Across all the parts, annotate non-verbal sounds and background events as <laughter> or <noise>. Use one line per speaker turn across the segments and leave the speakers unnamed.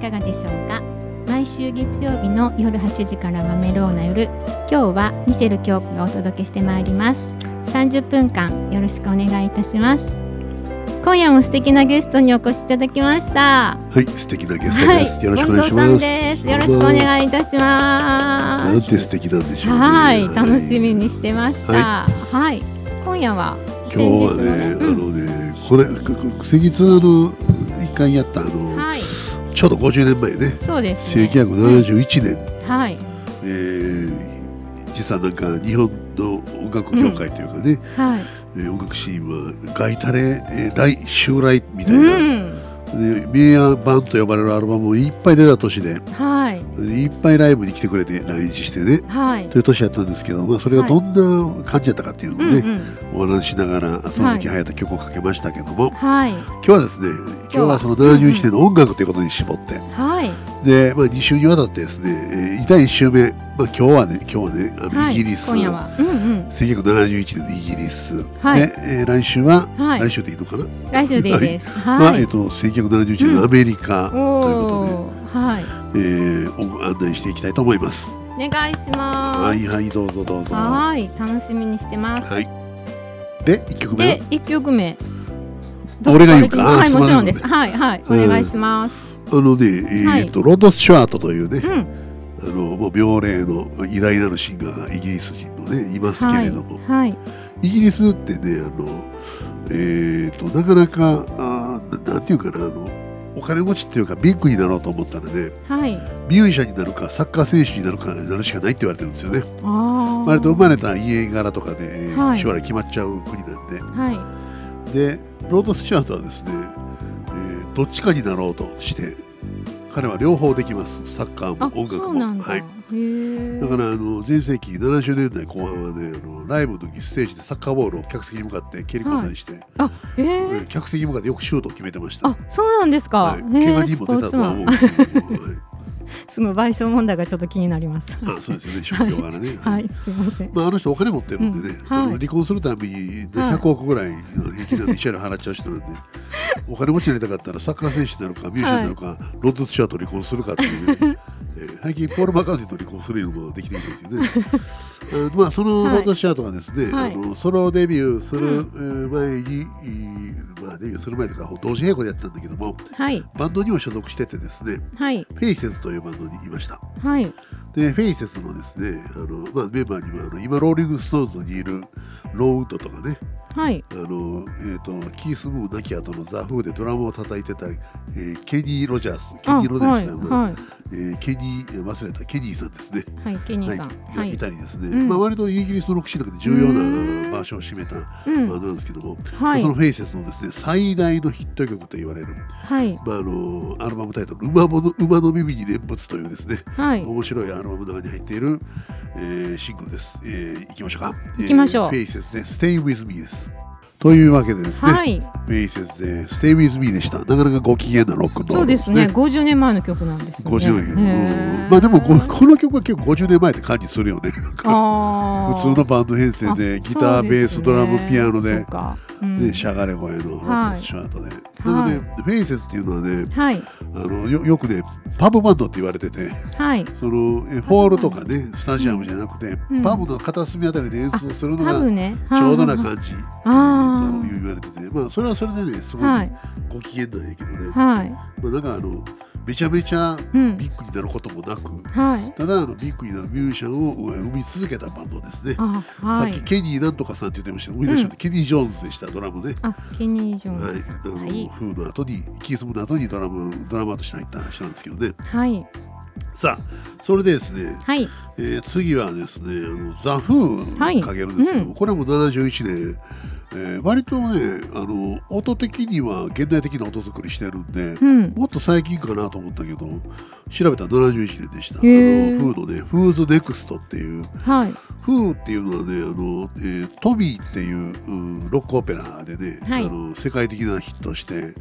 かがでしょうか毎週月曜日の夜8時からはメローな夜今日はミシェル京子がお届けしてまいります30分間よろしくお願いいたします今夜も素敵なゲストにお越しいただきました
はい、素敵なゲストです。よろしくお願い
近藤
し
さん
ます。
ですよろしくお願いいたします
なんて素敵なんでしょうね。
はい、楽しみにしてました。はい、今夜は
今日はね、
先日のね
あのね、これ、くく先日、あの、一回やった、あ
う
の、
んはい、
ちょうど50年前ね。
そうですね。
1971年、
はい、
えー、実はなんか日本の音楽業界というかね、
はい、
えー音楽シーンは外タレ、えー、来襲来みたいな、
うん、
で名案版と呼ばれるアルバムをいっぱい出た年で
はい、
いっぱいライブに来てくれて来日してね
はい、
という年やったんですけど、まあ、それがどんな感じだったかっていうの
う
を
ん、
ね、
うん、
お話ししながらその時流行った曲をかけましたけども、
はい、
今日はですね今日はその71年の音楽ということに絞って、
はい、
で、まあ、2週にわたってですね、えー第1週目、まあ、今日はね今日はねあの
はい、
イギリス、
今夜は、うん、うん、
1971年のイギリス、
はい
で、えー来週は、
はい
来、週でいいのかな、
来週でいいです。
まあ
は
えー、
い、
と1971年のアメリカということで、
おお、はい、
えーお案内していきたいと思います。
お願いしま
は
す。
いはいどうぞどうぞ。は
はい、楽しみにしてます。
い。で一曲目
で
は、
一曲目。
俺が言うか
は
あ
い、
すい
も
ま
ち
せん
ろんです。はい、はい、お願いします。
あのねえーと、ロッド・スチュワートというね、
うん。
あのもう妙齢の偉大なるシンガーがイギリス人のねいますけれども、
はい、はい、
イギリスってねあの、えー、となかなかあーななんていうかなあのお金持ちっていうかビッグになろうと思ったらね
はい、
ミュージシャンになるかサッカー選手になるかなるしかないって言われてるんですよね。
ああ、
割と生まれた家柄とかで、えー
はい
将来決まっちゃう国なんで
はい、
でロード・スチュアートはですね、えーどっちかになろうとして彼は両方できますサッカーも
あ、
音
そ
楽
うなん
も。
だ。
はい
へえ。
だからあの前世紀70年代後半はねあのライブの時ステージでサッカーボールを客席に向かって蹴り込んだりして、
あ、え
え
え
ー。客席に向かってよくシュートを決めてました。
あ、そうなんですか。
はい、
へえ
怪我にも出たとは思う
スポーツマン
けれども、はい
あすごい賠償問題がちょっと気になります。
まあそうですよね職業か
<laughs>
らね。
はい、すいません。
まあ、あの人お金持ってるんでね、
うん
あの
はい
離婚するたびに
はい
100億ぐらいあの平均で1払っちゃう
<laughs>
人なんで、お金持ちになりたかったらサッカー選手になるかミュージシャンになるか、ロッド・スチュアートと離婚するかってい
<laughs>
うね、えー最近ポール・マッカーティーと離婚するのもできているんですよね。あのまあ、その
はい
ロッド・スチュアートがですね、
はい
あのソロデビューする
う
えー前に、いーまあ、デビューする前というか同時並行でやったんだけども
はい、
バンドにも所属しててですね
はい、
フェイセスというバンドにいました。
はい、
でフェイセスのですねあの、まあ、メンバーにはあの今ローリング・ストーンズにいるローウッドとかね
はい、
あの、えー、とキース・ムー亡き後のザ・フーでドラムを叩いてた、えーケニー・ロジャースケ
あ、
ニー・ロジャ
は
ー
い、
スさん
は
えーケニーえー忘れたケニーさんですね。
い、はい、ケニーさん、は
はい、
い
い、たりですね、
うん
まあ、割とイギリスのロックシーンの中で重要
うーん
な場所を占めた
う
バン
ん、
ドなんですけども、
は
その
い、
フェイセスのですね最大のヒット曲と言われる、
はい、
まあ、あのアルバムタイトル「馬もの馬の耳に念仏」というですね
はい、
面白いアルバムの中に入っている、えーシングルです、えー、行きましょうか行
行きましょう
フェイセスで Stay with me ですというわけでですね、
はい、
フェイセスで Stay with me でしたなかなかご機嫌なロックンロ
そ
ー
う
ル
ですね、50年前の曲なんですね。
50年、
へ
う
え
んまあでもここの曲は結構50年前って感じするよねなんか
あー
<laughs> 普通のバンド編成でギター、ベースドラムピアノで、ね、しゃがれ声のロックシャートで、なので、フェイセスっていうのはね
はい
あのよよくねパブバンドって言われてて
はい
そのえホールとかねスタジアムじゃなくて、
うん
パブの片隅あたりで演奏する
多
のが
分ね
ちょうどな感じ、
あー
えーと言われててまあそれはそれでねすごい
はい
ご機嫌なんやけどね、
はい
まあ、なんかあのめちゃめちゃ
うん
ビッグになることもなく、
はい
ただあのビッグになるミュージシャンをう生み続けたバンドですね。
あはい
さっきケニーなんとかさんって言ってました思い出したね、ケニー・ジョーンズでしたドラムね。
あケニー・ジョ
は
ーン
い
ズさ、
あの、
んはい
フーの後にキースムの後にドラムドラマーとして入った人なんですけどね
はい
さあそれでですね
はい
えー次はですねあの「ザ・フ
は
ー
い
をかけるんですけども、
うん
これも71年、えー割とねあの音的には現代的な音作りしてるんで、
うん
もっと最近かなと思ったけど調べたら71年でした。あのフ
へー
ーのね「フーズ・ネクスト」っていう
はい
「フー」っていうのはねあの、えートビーっていううんロックオペラでね、
はい
あの世界的なヒットして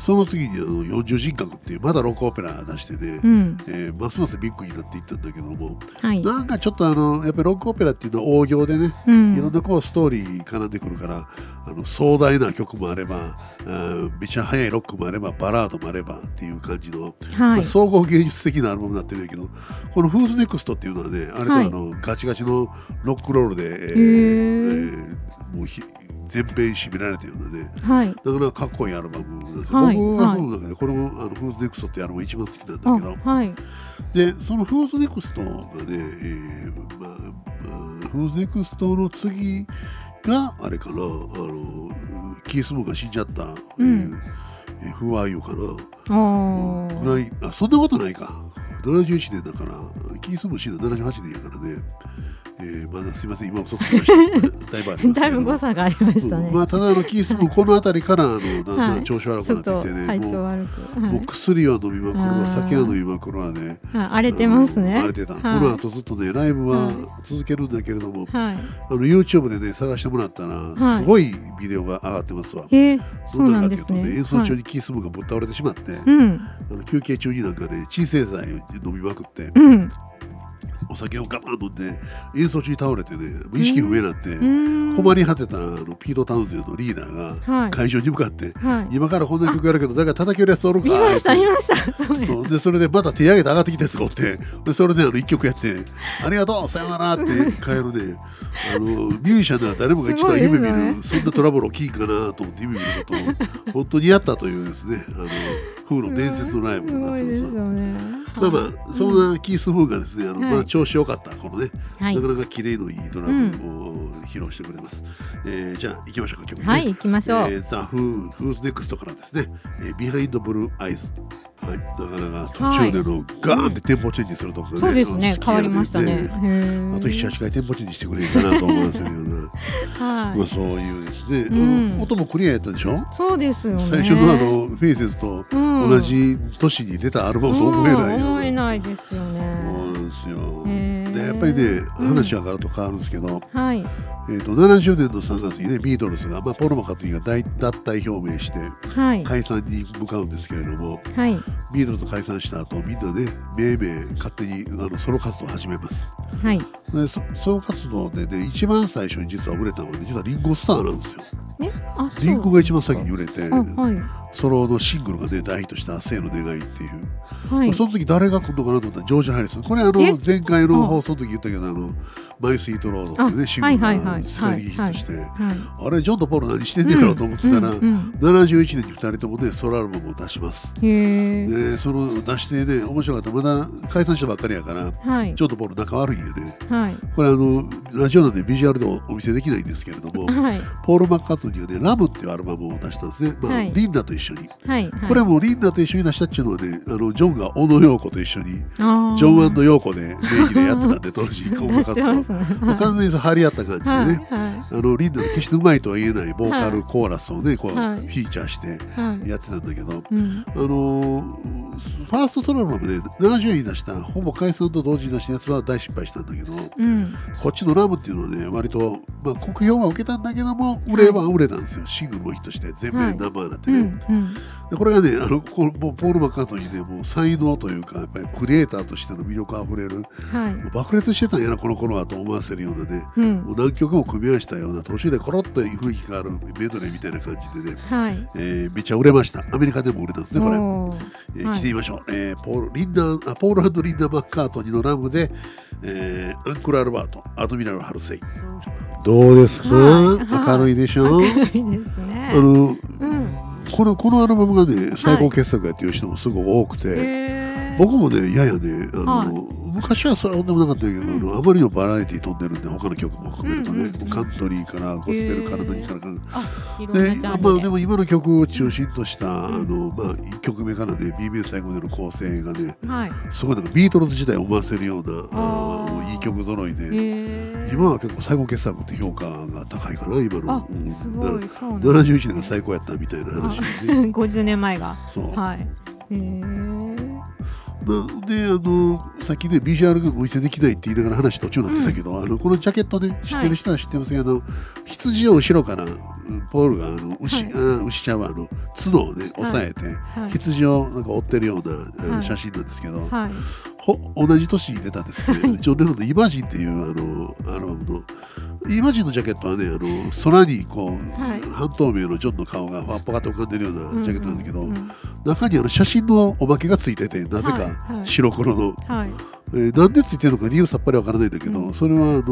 その次にあの40人格っていうまだロックオペラ出してね、
うん
えーますますビッグになっていったんだけども、
はい。
なんかちょっとあのやっぱりロックオペラっていうのは大行でね
うん
いろんなこうストーリー絡んでくるからあの壮大な曲もあればうんめちゃ速いロックもあればバラードもあればっていう感じの、ま
は
あ
い。
総合芸術的なアルバムになってるんやけどこの「フーズネクストっていうのはねあれと
は
あ
い
の、ガチガチのロックロールで、え
へ
えーもうひ全編しめられてるので、ね、
はい。
なかなかかっこいいアルバムなんですよ、
はい
僕は
はい
その中でこれもあの「フーズネクストってアルバム一番好きなん
あ
だけど、
はい。
でそのフーズネクストがね、えーまあまあフーズネクストの次があれかなあのキース・モーが死んじゃった「
う
え
ん
ー、フーアイユかな
おー。
ぐらいあそんなことないか71年だからキース・モー死んだ78年やからね、えーまだすいません今嘘つきました
<laughs>
だいぶありますけど
だいぶ誤差がありましたね。
うんまあ、ただあのキース・モーこの辺りからあのだんだ
はい
ん調子悪
ち
く
ょ
な
っ
って
と
きてね、
体
もう
調悪く。は
もう
い
薬は飲みまくる
あー
わ酒は飲みまくるわね
あ荒れてますね。
うん荒れてた、
はい
この後ずっとねライブは
はい
続けるんだけれど
は
も、
い。
あの YouTube でね探してもらったら、
はい
すごいビデオが上がってますわ。
へえ、
そ
そう
の
なんで
中です言うと
ね。
演奏中
はい
にキースムーがぶっ倒れてしまって、
うん。
あの休憩中になんかね鎮静剤を飲みまくって
うん。
お酒をガバン飲んで演奏中に倒れてね意識不明になって、
うん
困り果てたあのピート・タウンゼンのリーダーが
はい。
会場に向かって、
はい。
今からこんな曲やるけどだから叩けるやつおるか
見ました、
言
見
うて
ました。そうです。
<laughs> そうでそれでまた手上げて上がってきたやつがおってでそれであの1曲やって「ありがとうさよなら」って帰るねあのミュージシャンなら誰もが一度は夢
すご
見
いです
る、そんなトラブルを聞いかなと思って夢見ることを本当にやったというですねあの風の伝説のライブになってますす
ごいです
わ。
よね。
まあまあそんなキース・フーがですねあの、
はい
まあ、調子良かったこのね、
はい
なかなか綺麗のいいドラムを披露してくれます、えーじゃあ行きましょうか曲ね
はい、行きましょ
え
う。
ー、ザ・フー・フーズ・ネクストからですね、えー、ビハインド・ブルー・アイズ、はい、なかなか途中でのガーンってテンポチェンジするとこが
そうです
あの
ね
好、き
変
や
わ
ね
りましたね。へ
ね
ー
あと7、8回テンポチェンジしてくれるかなと思わせるよう
<laughs>
な、ま
は
あ、そういうですね、
うん
あの音もクリアやったでしょ
い。そうですよね。
最初のあのフェイセスと
うん
同じ年に出たアルバムと思えないよ
うん思え
うな、
ないですよ
そう
ね。
なんですよ、
へー
でやっぱりね
うん
話はガラッと変わるんですけど、
はい。
えー、と70年の3月にねビートルズが、まあ、ポール・マカートニーが大脱退表明して
はい。
解散に向かうんですけれども
はい。
ビートルズ解散した後みんなねめいめい勝手にあのソロ活動を始めます
はい。
でそソロ活動でね一番最初に実は売れたのは、ね、実はリンゴスターなんですよ
ね、あ、そう。
リンゴが一番先に売れて
あ、はい。
ソロのシングルがね大ヒットした「生の願い」っていう、
はい。
その時誰が来るのかなと思ったらジョージ・ハリスンこれあの
え
前回の放送の時言ったけど「あのマイ・スイート・ロード」っていうね
あ
シングルが
はいはいはい
世界的にヒットして、
はい。
あれジョンとポール何してんねやろうと思ってたら、
うんうん
71年に2人ともねソロアルバムを出します
うんへえ。
でその出してね面白かったまだ解散したばっかりやから
はい
ち。ょっとボール仲悪いんやね
はい。
これあのラジオなんでビジュアルでおお見せできないんですけれども
はい。
ポール・マッカートニーがね「ラム」っていうアルバムを出したんですね、まあ
はい
リンダと一緒に、
はい。
これもリンダと一緒に出したっていうのはねあのジョンが小野陽子と一緒にジ
ジ
ョン・アンド・陽子で名義でやってたんで当時コンボ活動もう
は
完全に張り合った感じでね、
い。は
あのリンダの決してうまいとは言えないボーカ
はい
ルコーラスをねこうフ
はい
ィーチャーして
い。はい。
やってたんだけど、
うん。
あのーファーストトラブルで70円に出したほぼ解散と同時に出したやつは大失敗したんだけど
うん。
こっちのラムっていうのはね割と、まあ、酷評は受けたんだけども売れは売れたんですよ、シングルもヒットして全
はい
面ナンバーになって
う
ね、
ん。うん。
でこれがねあのこのもうポール・マッカートニーねもう才能というかやっぱりクリエイターとしての魅力あふれるも
はい。
う爆裂してたんやなこの頃はと思わせるようなね
うん
も。う何曲も組み合わせたような途中でコロッと雰囲気があるメドレーみたいな感じでね、
はい。
えーめっちゃ売れましたアメリカでも売れたんですねこれ。
おー
えー
はい
聞いてみましょう、えーポールリンダーあポールリンダー・マッカートニーのラムで、えーアンクル・アルバートアドミラル・ハルセイどうですか、
はい
明るいでしょ、
いいですね
あ。の
うん。
このこのアルバムがね最高傑作やっていう人もすごく多くて、
へー
僕もねややねあの、
はい
昔はそれほどでもなかったんやけど、
うん
あのあまりのバラエティー飛んでるんで他の曲も含めると
う
ね、
んうんうん
カントリーからゴスペルから
へー
何からから
あ、いろんな
で
ジャン
まあ、
ル
で
で。
も今の曲を中心とした、あのまあ、1曲目からね B 面最後までの構成がね
はい。
すごいなんかビートルズ時代を思わせるような
あー
あのいい曲揃いで
へえ。
今は結構最高傑作って評価が高いかな今
あ
の、うん、
すごい。そうなんだ
71年が最高やったみたいな話
<laughs>
で、ね、
50年前が。
そう、
はい。へえ。
まあ、であのさっきねビジュアルがお見せできないって言いながら話途中になってたけど、あのこのジャケットね知ってる人は知ってますけど、あの羊を後ろからうんポールがあの牛,、
はい
あ牛ちゃんはあの角をね押さえて、
はい。
羊をなんか追ってるようなあ
は
の
い
写真なんですけど、
はい。
ほ同じ年に出たんですね、ジョン・レノンの「イマジン」っていうあのアルバムの「イマジン」のジャケットはねあの空にこう、
はい
半透明のジョンの顔がパッパカと浮かんでるようなジャケットなんだけど、
ううん
中にあの写真のおまけがついててな
は
ぜ
いは
か
い
白黒の、
はい、
えーなんでついてるのか理由さっぱりわからないんだけど、
うん
それはあの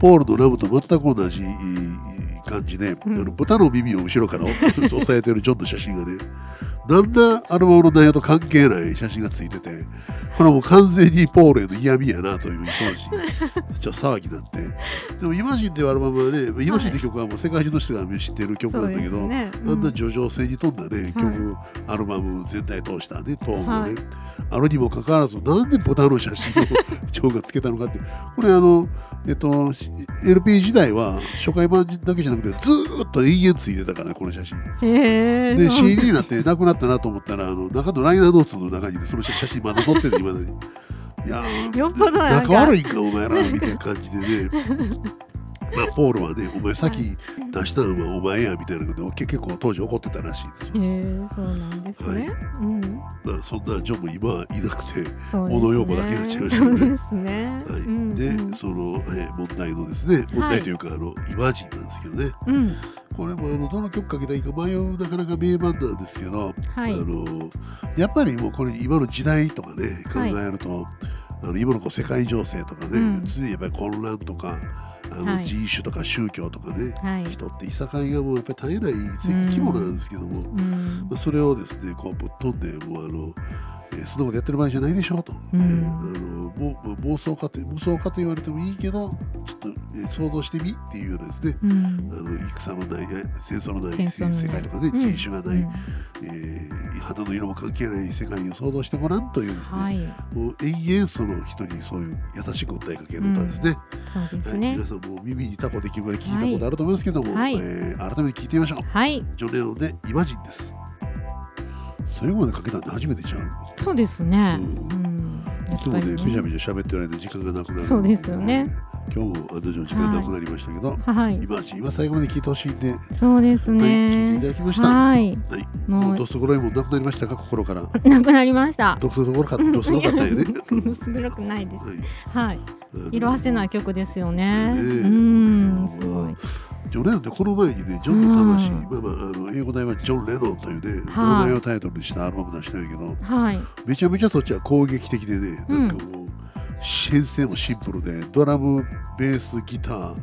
ポールのラムと全く同じえー感じで、
うん
あの豚の耳を後
<laughs>
ろから押さえてるジョンの写真がね何らアルバムの内容と関係ない写真がついててこれはもう完全にポールへの嫌味やなという当
<laughs>
時ちょっと騒ぎになってでも「イマジン」っていうアルバムはね「イマジン」っていう曲はもう世界中の人が知ってる曲
そ
な
うん
だ
で
け
す
ど、
ね。
あんな
うん
叙情性に富んだね、
はい
曲アルバム全体通したねトーンがね、
は
あのにもかかわらずなんでボタンの写真を <laughs> ジョーがつけたのかってこれあのえっと LP 時代は初回版だけじゃなくてずーっと永遠ついてたからこの写真
へえ。
で
そう
CD になってなくなったなと思ったらあの中のライナーノーツの中にねその写真まだ載ってるいまだに。いやー
よっぽどなんか
仲悪いんかお前らみたいな感じでね
<laughs>
まあポールはねお前先出したのはお前やみたいなことを結構当時怒ってたらしいですよ
へえ、そうなんですね。
は
うん。
まあ、そんなジョンも今はいなくて、
そう
小野陽子だけになっちゃいまし
そ
たね
うですね。
は
う
い
ん
で、
うん
その、えー問題のですね問題というか、あのイマジンなんですけどね
うん。
これもあのどの曲かけたらいいか迷うなかなか名盤なんですけど、
はい
あ。のやっぱりもうこれ今の時代とかね考
はい
えると、あの今のこう世界情勢とかね、
うん
常にやっぱり混乱とかあの
はい
人種とか宗教とかね、
はい。
人っていさかいがもうやっぱり絶えない世紀規模なんですけども、
うん
まあ、それをですねこうぶっ飛んでもうあの、えーそんなことやってる場合じゃないでしょうと、
うん
えーあのもうまあ妄想家と妄想家と言われてもいいけどちょっと、えー想像してみっていうようなですね
う
あ
ん。
の戦のないえ戦争のない
戦争のない
世界とかね、
うん
人種がない、えー肌の色も関係ない世界を想像してごらんというですね、
はい。
もう永遠その人にそういう優しく訴えかける歌ですね,、
そうです
はい、
ね
皆。さんも耳にタコできるぐらい聞いたことあると思いますけども、
はいはい
えー改めて聞いてみましょう。
はい。
ジョン・レノンで「イマジン」です。最後までかけたって初めてちゃう。
そうですね。
う
うんん。や
い
っ
つも
ぱ
ね、
り
めちゃめちゃ喋ってる間に時間がなくなる。
そうですよね
えー。今日も案の定時間なくなりましたけど、
はい。
今今最後まで聞いてほしいんで、はい、
そうです
聞いていた
ね。
だきました。は
はい。
い。
もう
もうどす黒いもんなくなりましたか心から。
なくなりました。
どす黒かどす黒かったよね。
黒くないです。
はい
はい。
あの
色褪せない曲ですよね。
ねえ
うん、すごい。
ジョン・レノンってこの前にね、ジョンの魂、
うん
まあまあ、あの英語題はジョン・レノンというね、
はい
名前をタイトルにしたアルバム出したんやけど、
はい。
めちゃめちゃそっちは攻撃的でね、
うん
なんかもう編成もシンプルでドラムベースギターう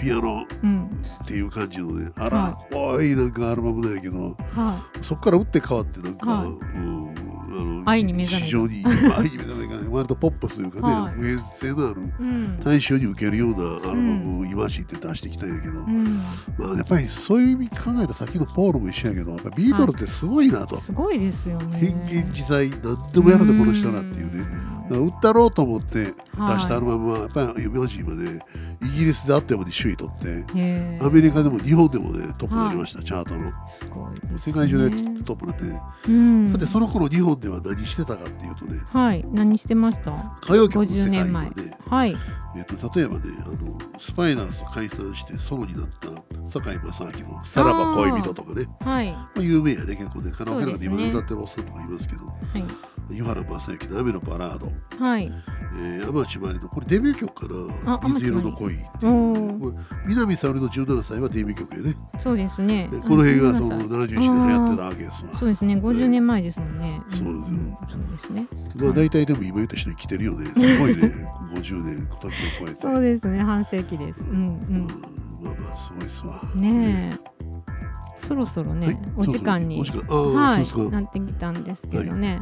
ピアノ
うん。
っていう感じのねあら、
は
おいなんかアルバムなんやけど
は
そっから打って変わってなんか、
はい
うんあの
愛に目覚めた
非常にまあ愛に目覚めたから割とポップスというかね、
はい
普遍性のある
い。うん。
大衆に受けるようなアルバムをイマジンって出してきたんやけど、
うん。
まあ、やっぱりそういう意味考えた先のポールも一緒やけどやっぱビートルってすごいなと、
すごいですよね。
変幻自在何でもやるでこの人らっていうね、
うん。
売ったろうと思って出
はい
したアルバムはやっぱりマジ今ねイギリスであってもに首位取っ
へ
て
え。
アメリカでも日本でもねトップになりました、チャートの
すごいですね
世界中でトップになって、
うん。
さてその頃日本では何してたかっていうとね
はい。何してました
歌謡曲の世
50
界
年
は
前
ね、。
はい。
えっと例えばねあのスパイダースを解散してソロになった堺正明の「さらば恋人」とかね
はい。
まあ、有名やね結構ねカラオケなんかで
そうです
今
ね
歌ってるおっさんとかいますけど
はい。
湯原正行の「雨のバラード」
はい。
えー、天地まりのこれデビュー曲か
あ
な「水色の恋」ってい
天地真
う
理
これ南沙織の17歳はデビュー曲やね
そうですね。
でこの辺がそ
あご
の
めんなさい
71年流行ってたわけですわ
そうですね。50年前ですもんね。
そうですよ
んそうですね。
まあ大体でも今言った人生きてるよねすごいね50年時を超えて
そうですね。半世紀です。うん
うんまあまあすごいっすわ
うん。ねえ。そろそろね、
はい
お時間に
そうそうお時間ああ、
はい
そうで
な
すか
ってきたんですけどね。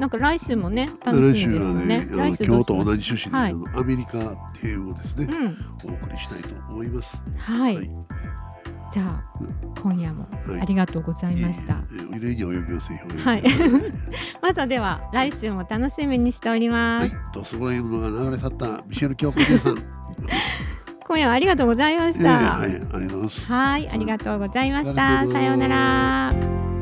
なんか来週もね、楽
来
しみで
週
す
は
よ
ね
ね
あ。の今日と同
じ。
じ趣旨で、
はい
あのアメリカ帝をですね、
うん。
お送りしたいと思います。
はい。
はい
じゃあ今夜も
はい
ありがとうございました。
ええええ例には及びませんよ。
はい <laughs> またでは来週も楽しみにしておりま
はい
す。、
とそこら辺のが流れ去ったミシェル京子姉さん。
今夜はありがとうございまし
ええ
た。
はい、ありがとうございます。
はい、ありがとうございました。
ありがとうご
さ
ざい
よ
ます
うなら。